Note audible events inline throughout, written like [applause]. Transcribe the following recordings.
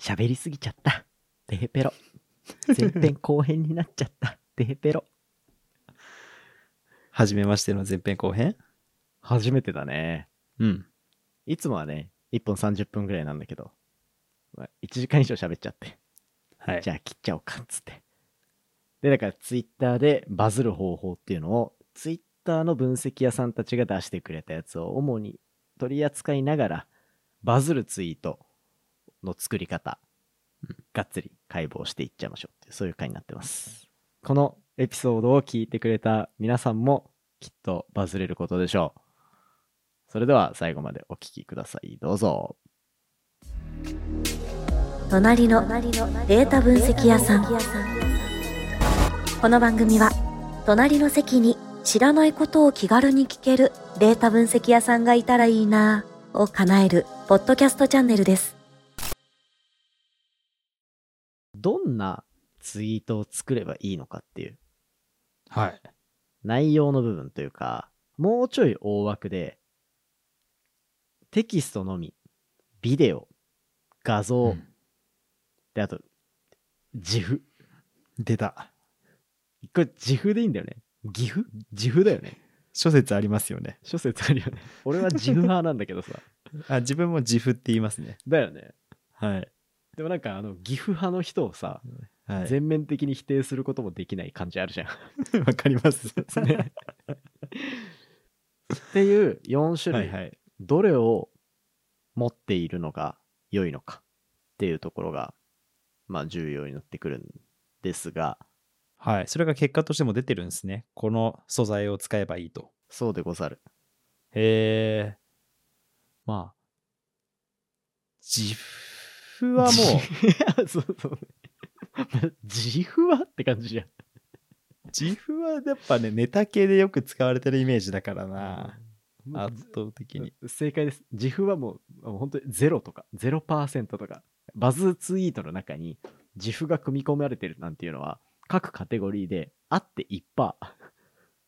喋りすぎちゃった。てへぺろ。前編後編になっちゃった。てへぺろ。はじめましての前編後編初めてだね。うん。いつもはね、1本30分ぐらいなんだけど、まあ1時間以上喋っちゃって、はい。じゃあ切っちゃおうかっつって。で、だからツイッターでバズる方法っていうのを、ツイッターの分析屋さんたちが出してくれたやつを主に取り扱いながら、バズるツイートの作り方、がっつり解剖していっちゃいましょうっていう、そういう回になってます。このエピソードを聞いてくれた皆さんもきっとバズれることでしょう。それでは最後までお聞きください。どうぞ。隣のデータ分析屋さんこの番組は隣の席に知らないことを気軽に聞けるデータ分析屋さんがいたらいいなぁを叶えるポッドキャストチャンネルですどんなツイートを作ればいいのかっていうはい。内容の部分というか、もうちょい大枠で、テキストのみ、ビデオ、画像、うんで、あと、自負。出た。これ自負でいいんだよね。岐阜自負だよね。諸説ありますよね。諸説あるよね。俺は自負派なんだけど [laughs] さ。あ、自分も自負って言いますね。だよね。はい。でもなんか、あの、岐阜派の人をさ、は全面的に否定することもできない感じあるじゃん。い。 [laughs] わかります。ねっていう4種 [laughs] は類いはい。どれを持っているのが良いのかっていうところが、まあ重要になってくるんですが、はい。それが結果としても出てるんですね。この素材を使えばいいと。そうでござる。へえ。まあ。自負 [laughs] はもう。そうそう。自負はって感じじゃん。う、自負はやっぱね、ネタ系でよく使われてるイメージだからな。もう圧倒的に。正解です。自負はもう、もう本当にゼロとか、0%とか、バズツイートの中に自負が組み込まれてるなんていうのは、各カテゴリーであって1%。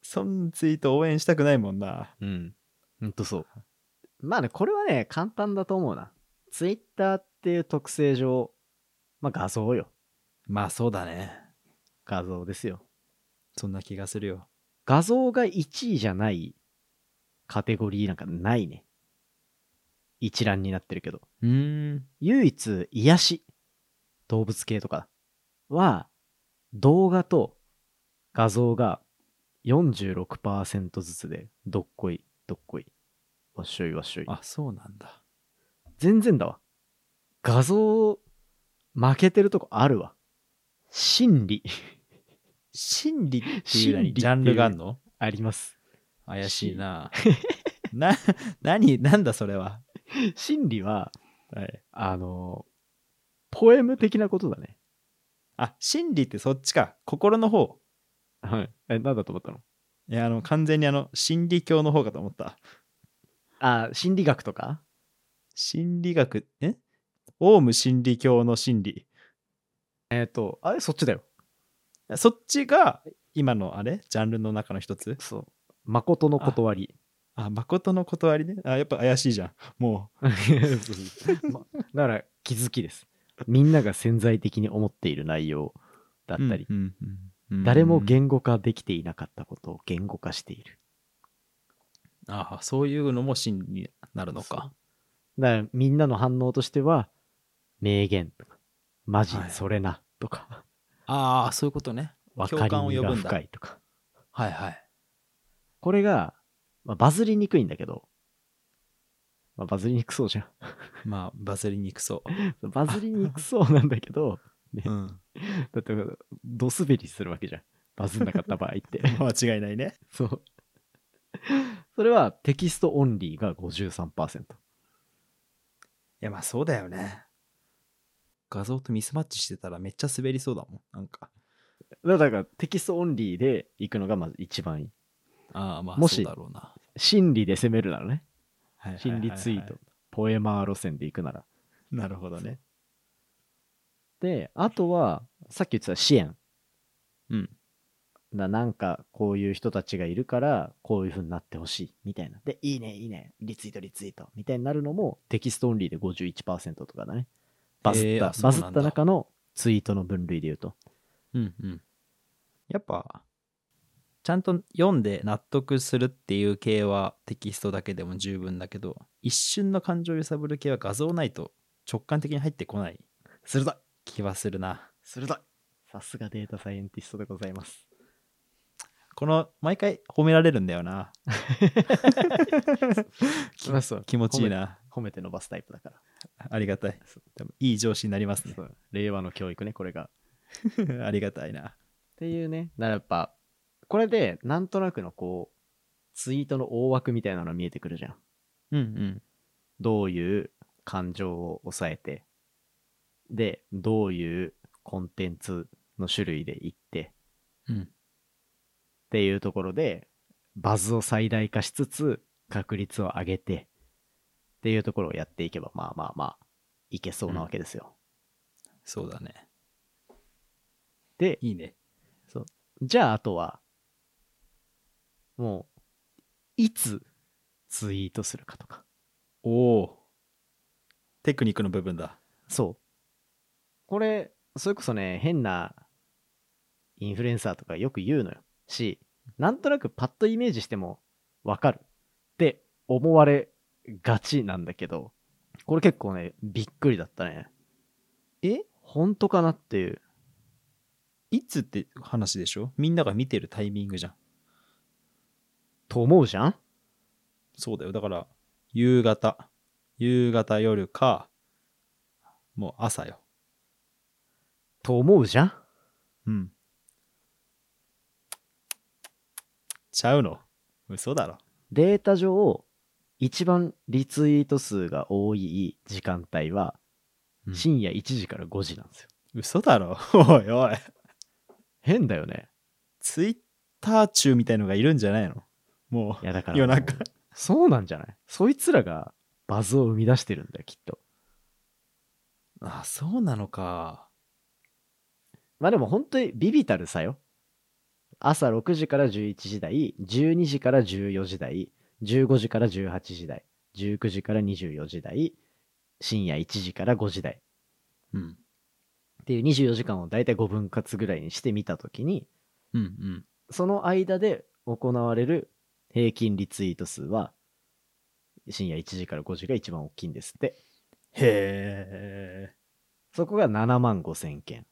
そんなツイート応援したくないもんな。うん。ほんとそう。まあね、これはね、簡単だと思うな。ツイッターっていう特性上、まあ画像よ。まあそうだね。画像ですよ。そんな気がするよ。画像が1位じゃないカテゴリーなんかないね。一覧になってるけど。うーん。唯一、癒し。動物系とかは、動画と画像が46%ずつで、どっこい、どっこい。わっしょいわっしょい。あ、そうなんだ。全然だわ。画像、負けてるとこあるわ。心理、心理っていう心理のっていうにジャンルがあるのあります。怪しいな。な、何、なんだそれは。心理は、はい。あの、ポエム的なことだね。あ、心理ってそっちか。心の方。はい。え、なんだと思ったのいや、あの、完全にあの、心理教の方かと思った。あ、心理学とか心理学、えオウム真理教の心理。えっ、と、あれ、そっちだよ。そっちが、今のあれジャンルの中の一つそう。誠の断り。あ、誠の断りね。あ、やっぱ怪しいじゃん。も [laughs] まだから、気づきです。みんなが潜在的に思っている内容だっう。たり、うんうんうんうん誰も言語化できていなかったことを言語化している。ああ、そういうのも真理になるのか。だからみんなの反応としては名言とかマジそれなとか、 [laughs] ああ、そういうことね。分共か感をりみ呼がぶんだ深いとかはいはい。これが、まあ、バズりにくいんだけど、まあ、バズりにくそうじゃまあ、バズりにくそん [laughs] バズりにくそうなんだけ [laughs] どう。うん。だってドスベリするわけじゃんバズんなかった場合って [laughs] 間違いないね。そうそれはテキストオンリーが53%いや、まあそうだよね。画像とミスマッチしてたらめっちゃ滑りそうだもん。なんか。だからテキストオンリーでいくのがまず一番いいああ、まあもしそうだろうな。心理で攻めるならねはいはいはいは心い理ツイート、。ポエマー路線でいくならなるほどね。で、あとは、さっき言ってた支援。うん。ななんか、こういう人たちがいるから、こういう風になってほしい、みたいな。で、いいね、いいね、リツイート、リツイート、みたいになるのも、テキストオンリーで51%とかだね。バズった、へーあそバうなんズだった中のツイートの分類で言うと。うんうん。やっぱ、ちゃんと読んで納得するっていう系はテキストだけでも十分だけど、一瞬の感情を揺さぶる系は画像ないと直感的に入ってこない鋭い気はするな。鋭いさすがデータサイエンティストでございます。この、毎回褒められるんだよな。き [laughs] まそう気持ちいいな。褒めて伸ばすタイプだから。ありがたい。多分いい上司になりますねそ。う令和の教育ね、これが。ありがたいな。っていうね。だからやっぱ、これで、なんとなくのこう、ツイートの大枠みたいなの見えてくるじゃん。うんうん。どういう感情を抑えて、で、どういうコンテンツの種類でいって、うん、っていうところで、バズを最大化しつつ、確率を上げて、っていうところをやっていけば、まあまあまあ、いけそうなわけですよ。そうだね。で、いいね。じゃああとは、もう、いつツイートするかとか。おお。テクニックの部分だ。そう。これ、それこそね、変なインフルエンサーとかよく言うのよ。し、なんとなくパッとイメージしてもわかるって思われがちなんだけど、これ結構ね、びっくりだったね。え本当かなっていう。いつって話でしょみんなが見てるタイミングじゃん。と思うじゃんそうだよ。だから、夕方。夕方夜か、もう朝よ。と思うじゃんうん。ちゃうの嘘だろ。データ上、一番リツイート数が多い時間帯は、うん深夜1時から5時なんですよ。嘘だろ。 [laughs] おいおい。変だよね。ツイッター中みたいのがいるんじゃないのもいやだからう、夜中。そうなんじゃないそいつらがバズを生み出してるんだよ、きっと。あ、そうなのか。まあでも本当にビビたるさよ。朝6時から11時台、12時から14時台、15時から18時台、19時から24時台、深夜1時から5時台うん。っていう24時間をだいたい5分割ぐらいにしてみたときに、うんうん。その間で行われる平均リツイート数は、深夜1時から5時が一番大きいんですって。へえ。そこが7万5千件。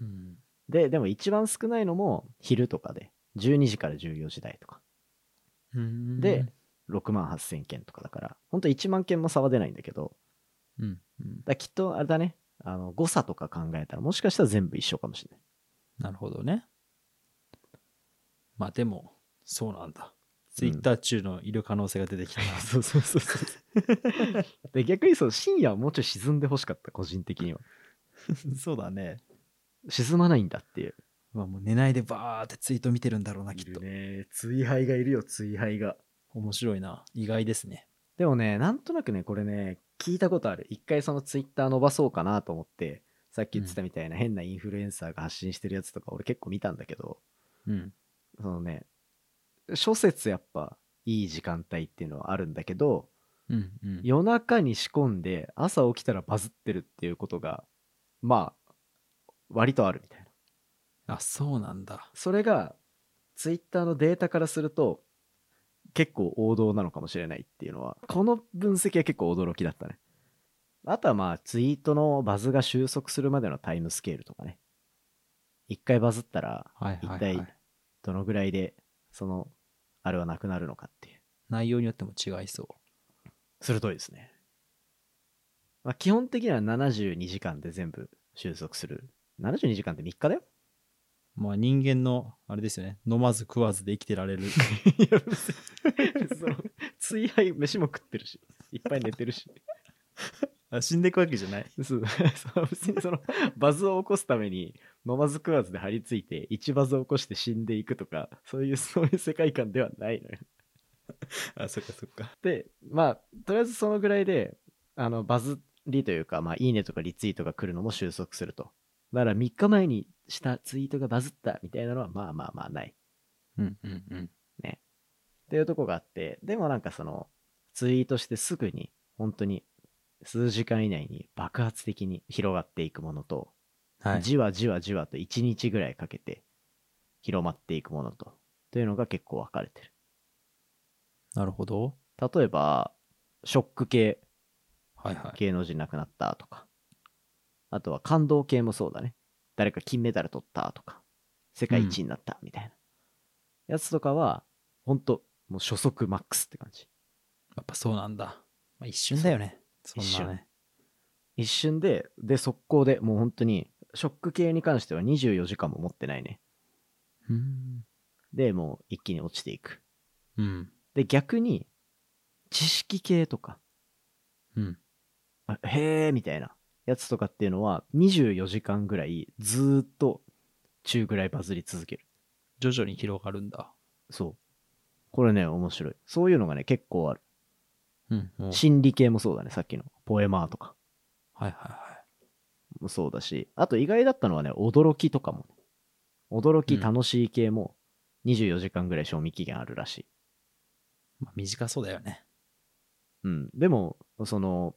うん。で、でも一番少ないのも昼とかで、12時から14時台とか、うんで、6万8千件とかだから、ほんと1万件も差は出ないんだけど、うん、うんだ。からきっとあれだね、あの誤差とか考えたらもしかしたら全部一緒かもしれない。なるほどね。まあでも、そうなんだ。ツイッター中のいる可能性が出てきたな。 [laughs] そうそうそうそう。 [laughs] で、逆にそう、深夜はもうちょい沈んでほしかった、個人的には。そうだね。沈まないんだっていう。まあもう寝ないでバーってツイート見てるんだろうな、きっと。ね、追敗がいるよ、追敗が。面白いな。意外ですね。でもね、なんとなくね、これね、聞いたことある。一回そのツイッター伸ばそうかなと思って、さっき言ってたみたいな変なインフルエンサーが発信してるやつとか、俺結構見たんだけど、うん。そのね、諸説やっぱいい時間帯っていうのはあるんだけど、うんうん。夜中に仕込んで朝起きたらバズってるっていうことが、まあ、割とあるみたいな。あ、そうなんだ。それが、ツイッターのデータからすると、結構王道なのかもしれないっていうのは、この分析は結構驚きだったね。あとはまあ、ツイートのバズが収束するまでのタイムスケールとかね。一回バズったら、はい一はい、は体い。どのぐらいで、その、あれはなくなるのかっていう。内容によっても違いそ鋭いですね。まあ、基本的には72時間で全部収束する。72時間って3日だよう。まあ人間の、あれですよね。飲まず食わずで生きてられ [laughs] る。いや、別に。追敗、飯も食ってるし、いっぱい寝てるし。あ死んでいくわけじゃない。そうそう別にその、バズを起こすために、飲まず食わずで張り付いて、一バズを起こして死んでいくとか、そういう、そういう世界観ではないのよ。あ、そっかそっか。で、まあ、とりあえずそのぐらいで、あの、バズりというか、まあ、いいねとかリツイートが来るのも収束すると。だから3日前にしたツイートがバズったみたいなのは、まあまあまあない。うんうんうん。っていうとこがあって、でもなんかその、ツイートしてすぐに、本当に数時間以内に爆発的に広がっていくものと、はい。じわじわじわと1日ぐらいかけて広まっていくものと、というのが結構分かれてる。なるほど。例えば、ショック系、はいはい。芸能人亡くなったとか、あとは感動系もそうだね。誰か金メダル取ったとか、世界一になったみたいな。やつとかは、ほんと、もう初速マックスって感じ。やっぱそうなんだ。まあ、一瞬だよね。そうんなね。一瞬で、で、速攻でもう本当に、ショック系に関しては24時間も持ってないね。うん。で、もう一気に落ちていく。うん。で、逆に、知識系とか、うん。あへーみたいなやつとかっていうのは、24時間ぐらいずーっと中ぐらいバズり続ける。徐々に広がるんだ。そう。これね、面白い。そういうのがね、結構ある。うん。もう心理系もそうだね、さっきの。ポエマーとかはいはいはい。もそうだし、あと意外だったのはね、驚きとかも、驚き、うん楽しい系も、24時間ぐらい賞味期限あるらしい。まあ、短そうだよね。うん。でも、その、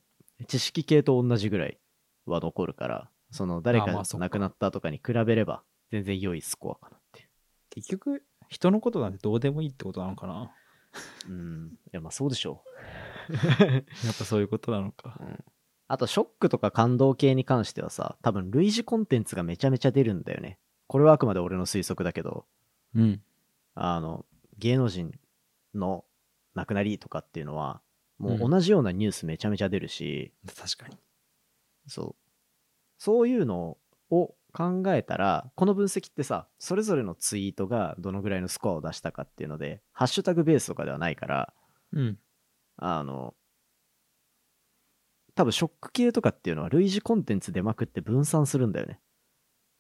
知識系と同じぐらいは残るから、その、誰あまかあそっか亡くなったとかに比べれば、全然良いスコアかなっていう。結局、人のことなんてどうでもいいってことなのかな。うん。いや、まあそうでしょやっぱそういうことなのかう。。うん。あと、ショックとか感動系に関してはさ、多分、類似コンテンツがめちゃめちゃ出るんだよね。これはあくまで俺の推測だけど、うん。あの、芸能人の亡くなりとかっていうのは、もううん同じようなニュースめちゃめちゃ出るし、確かに。そう。そういうのを考えたら、この分析ってさ、それぞれのツイートがどのぐらいのスコアを出したかっていうので、ハッシュタグベースとかではないから、うん。あの、多分ショック系とかっていうのは類似コンテンツ出まくって分散するんだよね。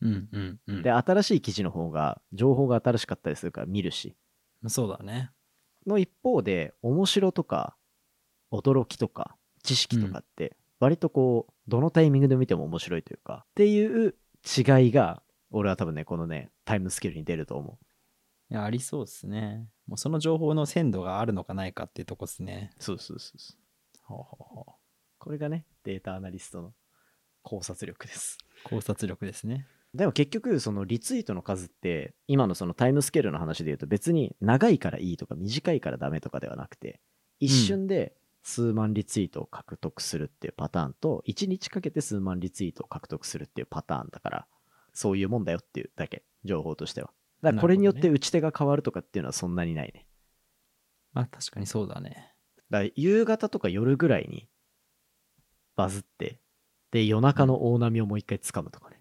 うんうんうん。で、新しい記事の方が情報が新しかったりするから見るし。そうだね。の一方で、面白とか、驚きとか、知識とかって、割とこう、どのタイミングで見ても面白いというか、っていう違いが、俺は多分ね、このね、タイムスケールに出ると思う。いや、ありそうですね。もうその情報の鮮度があるのかないかっていうとこですね。そうそうそうそう。ほうほうほうこれがね、データアナリストの考察力です。考察力ですね。でも結局、そのリツイートの数って、今のそのタイムスケールの話で言うと、別に長いからいいとか短いからダメとかではなくて、一瞬で数万リツイートを獲得するっていうパターンと、一日かけて数万リツイートを獲得するっていうパターンだから、そういうもんだよっていうだけ、情報としては。だからこれによっなてる打ち手が変わるとかっていうのはそんなにないね。まあ確かにそうだね。だから夕方とか夜ぐらいにバズって、で、夜中の大波をもう一回掴むとかね。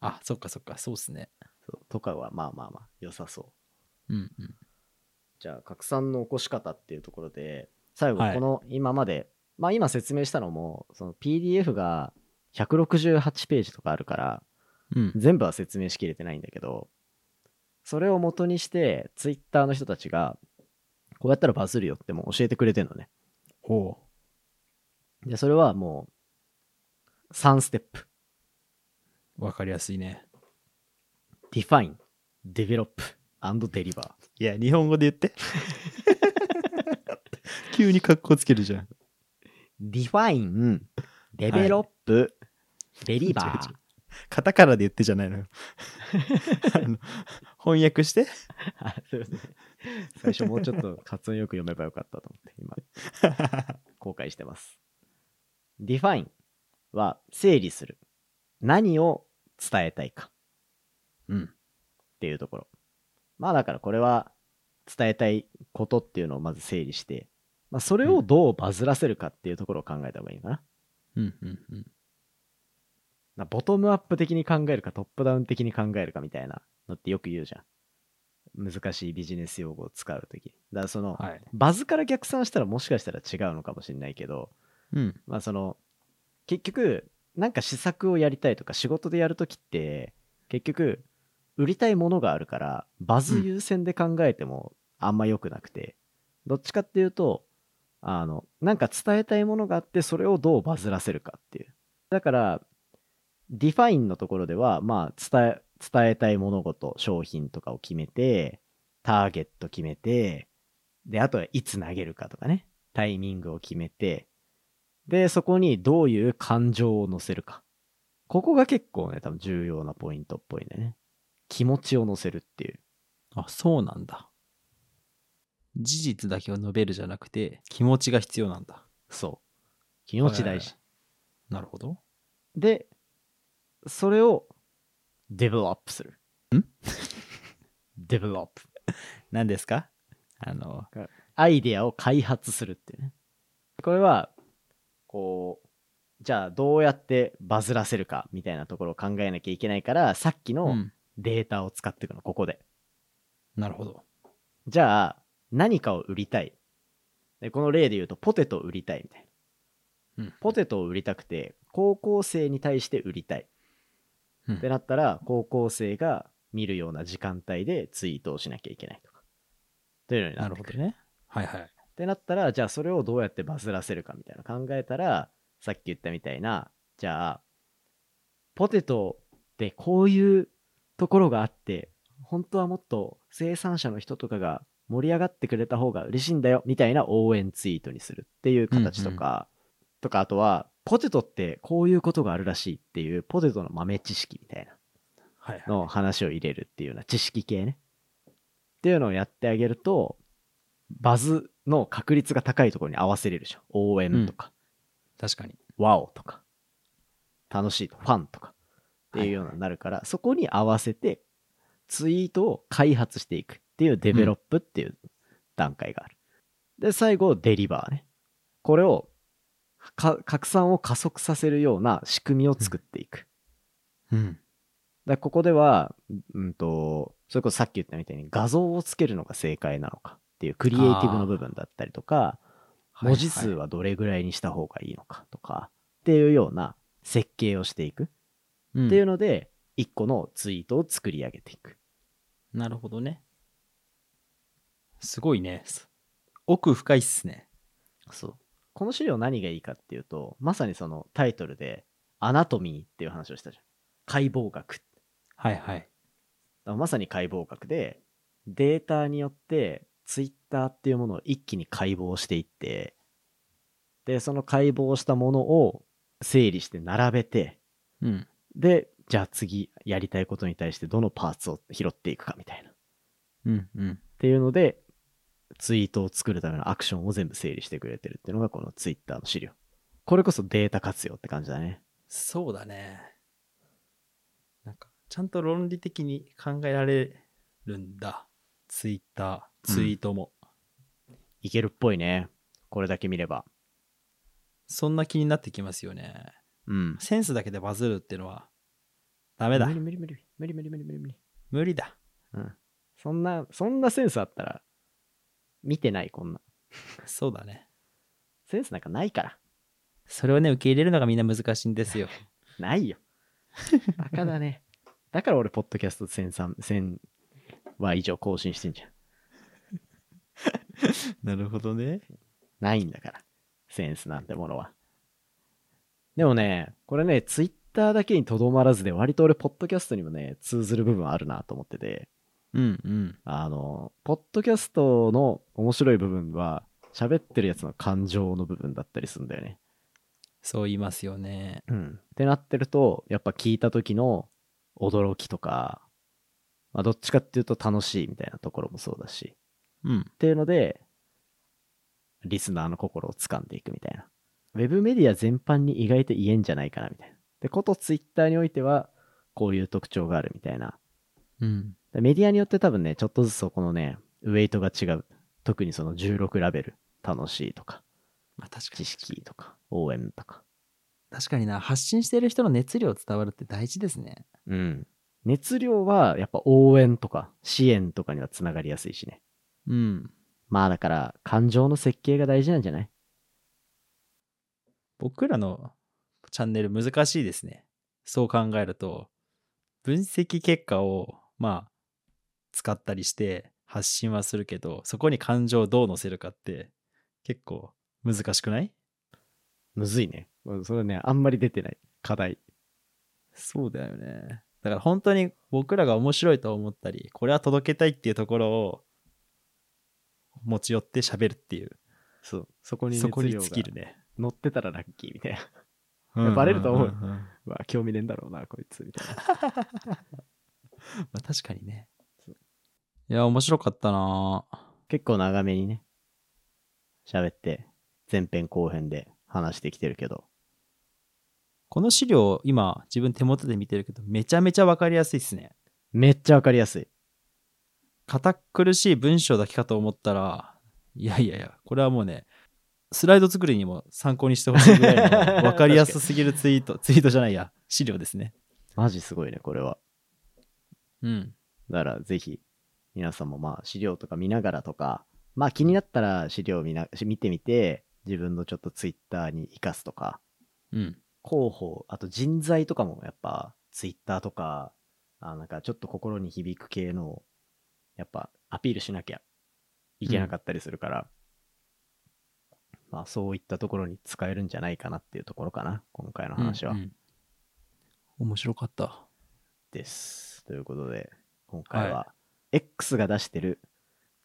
あ、そっかそっか、そうですね。そうとかはまあまあまあ、良さそう。うんうん。じゃあ拡散の起こし方っていうところで最後はいこの今まで、まあ今説明したのもその PDF が168ページとかあるからうん。全部は説明しきれてないんだけどそれを元にして Twitter の人たちがこうやったらバズるよってもう教えてくれてるのねほでそれはもう3ステップう。わかりやすいね。 Define Develop and Deliver いや、日本語で言 [laughs] って。急に格好つけるじゃん。 Define [laughs] Develop、Deliver 違う違うカタカナで言ってじゃない [laughs] のよ。あの翻訳して。あ [laughs] そうですね。最初もうちょっと発音よく読めばよかったと思って、今、後悔してます。define は整理する。何を伝えたいかっうん。ていうところ。まあだからこれは伝えたいことっていうのをまず整理して、まあ、それをどうバズらせるかっていうところを考えた方がいいかな。うんうんうん。まあボトムアップ的に考えるかトップダウン的に考えるかみたいなのってよく言うじゃん。難しいビジネス用語を使うとき。だからその、はい。バズから逆算したらもしかしたら違うのかもしれないけど、うん。まあその、結局、なんか試作をやりたいとか仕事でやるときって、結局、売りたいものがあるから、バズ優先で考えてもあんま良くなくて、どっちかっていうと、あの、なんか伝えたいものがあって、それをどうバズらせるかっていう。だから、ディファインのところでは、まあ、伝え、伝えたい物事、商品とかを決めて、ターゲット決めて、で、あとはいつ投げるかとかね、タイミングを決めて、で、そこにどういう感情を乗せるか。ここが結構ね、多分重要なポイントっぽいね。気持ちを乗せるっていう。あ、そうなんだ。事実だけを述べるじゃなくて、気持ちが必要なんだ。そう。気持ち大事。なるほど。で、それをデベロップする。 [laughs] んデベロップ。何ですかあの、アイデアを開発するっていうね。これは、こう、じゃあどうやってバズらせるかみたいなところを考えなきゃいけないから、さっきうのん、データを使っていくの、ここで。なるほど。じゃあ、何かを売りたい。でこの例で言うと、ポテトを売りたいみたいな。うんポテトを売りたくて、高校生に対して売りたい。うんってなったら、高校生が見るような時間帯でツイートをしなきゃいけないとか。というのにななっるてほくどる。ね。はいはい。ってなったら、じゃあそれをどうやってバズらせるかみたいな考えたら、さっき言ったみたいな、じゃあ、ポテトってこういうところがあって、本当はもっと生産者の人とかが盛り上がってくれた方が嬉しいんだよみたいな応援ツイートにするっていう形とか、とかあとは、ポテトってこういうことがあるらしいっていうポテトの豆知識みたいな。はいはい。の話を入れるっていうような知識系ね。っていうのをやってあげると、バズの確率が高いところに合わせれるでしょ。応援とか、確かに。ワオとか、楽しいとファンとかっていうようなになるから、そこに合わせてツイートを開発していくっていうデベロップっていう段階がある。で、最後、デリバーね。これをか拡散を加速させるような仕組みを作っていく。うん。だからここでは、うんと、それこそさっき言ったみたいに画像をつけるのが正解なのかっていうクリエイティブの部分だったりとか、文字数いいはどれぐらいにした方がいいのかとかっていうような設計をしていくっうんていうので、一個のツイートを作り上げていく。なるほどね。すごいね。す奥深いっすね。そう。この資料何がいいかっていうと、まさにそのタイトルでアナトミーっていう話をしたじゃん。解剖学ってはいはい。だからまさに解剖学でデータによってツイッターっていうものを一気に解剖していってでその解剖したものを整理して並べてうん。でじゃあ次やりたいことに対してどのパーツを拾っていくかみたいなっうんうん。ていうのでツイートを作るためのアクションを全部整理してくれてるっていうのがこのツイッターの資料これこそデータ活用って感じだねそうだね。なんか、ちゃんと論理的に考えられるんだ。ツイッター、ツイートも。いけるっぽいねこれだけ見ればそんな気になってきますよね。うんセンスだけでバズるってのは、ダメだ無。理無理無理無理無理無理無理無理無理だ。うん。そんな、そんなセンスあったら、見てない、こんな。そうだね。センスなんかないから。それをね、受け入れるのがみんな難しいんですよ。ないよ。バカだね。だから俺、ポッドキャスト1003、1000は以上更新してんじゃん。 [laughs] なるほどね。ないんだから。センスなんてものは。でもね、これね、ツイッターだけにとどまらずで、割と俺、ポッドキャストにもね、通ずる部分あるなと思ってて、うんうん。あの、ポッドキャストの面白い部分は、喋ってるやつの感情の部分だったりするんだよね。そう言いますよね。うん、ってなってるとやっぱ聞いた時の驚きとか、まあ、どっちかっていうと楽しいみたいなところもそうだしうん。っていうのでリスナーの心を掴んでいくみたいなウェブメディア全般に意外と言えんじゃないかなみたいなでことツイッターにおいてはこういう特徴があるみたいなうん。でメディアによって多分ねちょっとずつそこのねウェイトが違う特にその16ラベル楽しいとかまあ確か知に。識とか応援とか確かにな。発信してる人の熱量伝わるって大事ですね。うん。熱量はやっぱ応援とか支援とかにはつながりやすいしね。うん。まあだから感情の設計が大事なんじゃない僕らのチャンネル難しいですね。そう考えると、分析結果を、まあ、使ったりして発信はするけど、そこに感情をどう乗せるかって結構難しくないむずいね。それね、あんまり出てない課題。そうだよね。だから本当に僕らが面白いと思ったり、これは届けたいっていうところを持ち寄って喋るっていう、そう。そこにそこ熱に量が尽きるね。乗ってたらラッキーみたいな。 [laughs] うんうんバレると思うんんまうわ、興味ねえんだろうな、こいつ、みたいな。あ確かにねそう。いや、面白かったな結構長めにね、喋って、前編後編で話してきてるけど、この資料、今、自分手元で見てるけど、めちゃめちゃわかりやすいですね。めっちゃわかりやすい。堅苦しい文章だけかと思ったら、いやいやいや、これはもうね、スライド作りにも参考にしてほしいぐらいの分かりやすすぎるツイート、ツイートじゃないや、資料ですね。マジすごいね、これは。うん。だから、ぜひ、皆さんもまあ、資料とか見ながらとか、まあ、気になったら資料見なし見てみて、自分のちょっとツイッターに活かすとか、うん。広報、あと人材とかもやっぱツイッターとか、あなんかちょっと心に響く系のをやっぱアピールしなきゃいけなかったりするから、まあそういったところに使えるんじゃないかなっていうところかな、今回の話は。うんうん面白かった。です。ということで、今回はは X が出してる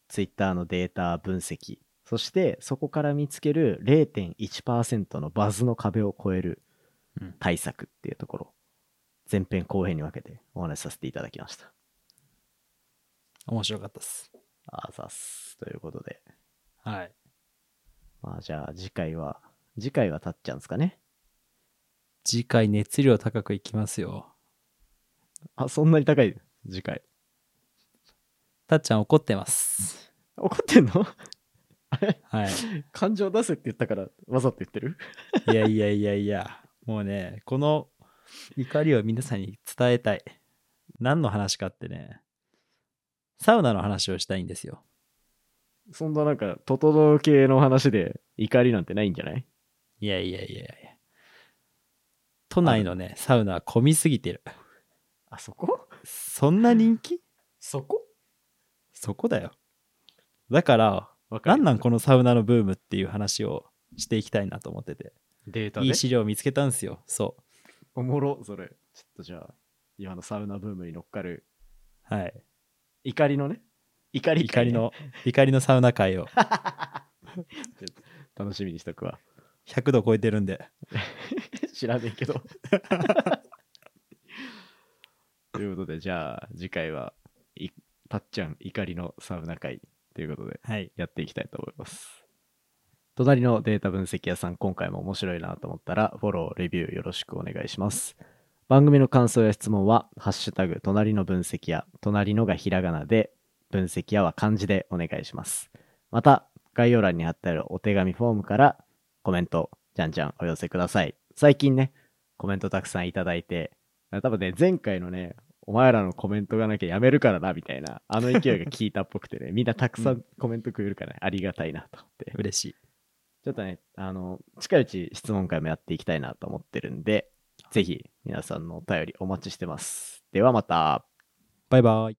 Twitter のデータ分析、そしてそこから見つける0.1%のバズの壁を超えるうん対策っていうところ、前編後編に分けてお話しさせていただきました。面白かったです。あざっす。ということで、はい。まあじゃあ次回は、次回はたっちゃんですかね。次回熱量高くいきますよ。あ、そんなに高い次回。たっちゃん怒ってます。怒ってんの [laughs] はい。感情出せって言ったからわざと言ってるいやいやいやいや、もうね、この怒りを皆さんに伝えたい。何の話かってね、サウナの話をしたいんですよ。そんななんか、整う系の話で怒りなんてないんじゃないいやいやいやいや都内のね、サウナは混みすぎてる。あそこそんな人気そこそこだよ。だから、わかなるんなんこのサウナのブームっていう話をしていきたいなと思ってて。データでいい資料見つけたんですよ。そおもろ、それ。ちょっとじゃあ、今のサウナブームに乗っかる、う。はい。怒りのね、怒り怒会ねり。の、怒りのサウナ会を [laughs] 楽しみにしとくわ。 100度超えてるんで。知らねえけ [laughs] ど。ということで、じゃあ、次回は、いたっちゃん怒りのサウナ会ということで、はい。やっていきたいと思います。隣のデータ分析屋さん、今回も面白いなと思ったら、フォロー、レビューよろしくお願いします。番組の感想や質問は、ハッシュタグ、隣の分析屋、隣のがひらがなで、分析屋は漢字でお願いします。また、概要欄に貼ってあるお手紙フォームから、コメント、じゃんじゃんお寄せください。最近ね、コメントたくさんいただいて、多分ね、前回のね、お前らのコメントがなきゃやめるからな、みたいな、あの勢いが聞いたっぽくてね、みんなたくさんコメントくれるから、ね、ありがたいなと思って。嬉しい。ちょっとね、あの、近いうち質問会もやっていきたいなと思ってるんで、ぜひ皆さんのお便りお待ちしてます。ではまた。バイバイ。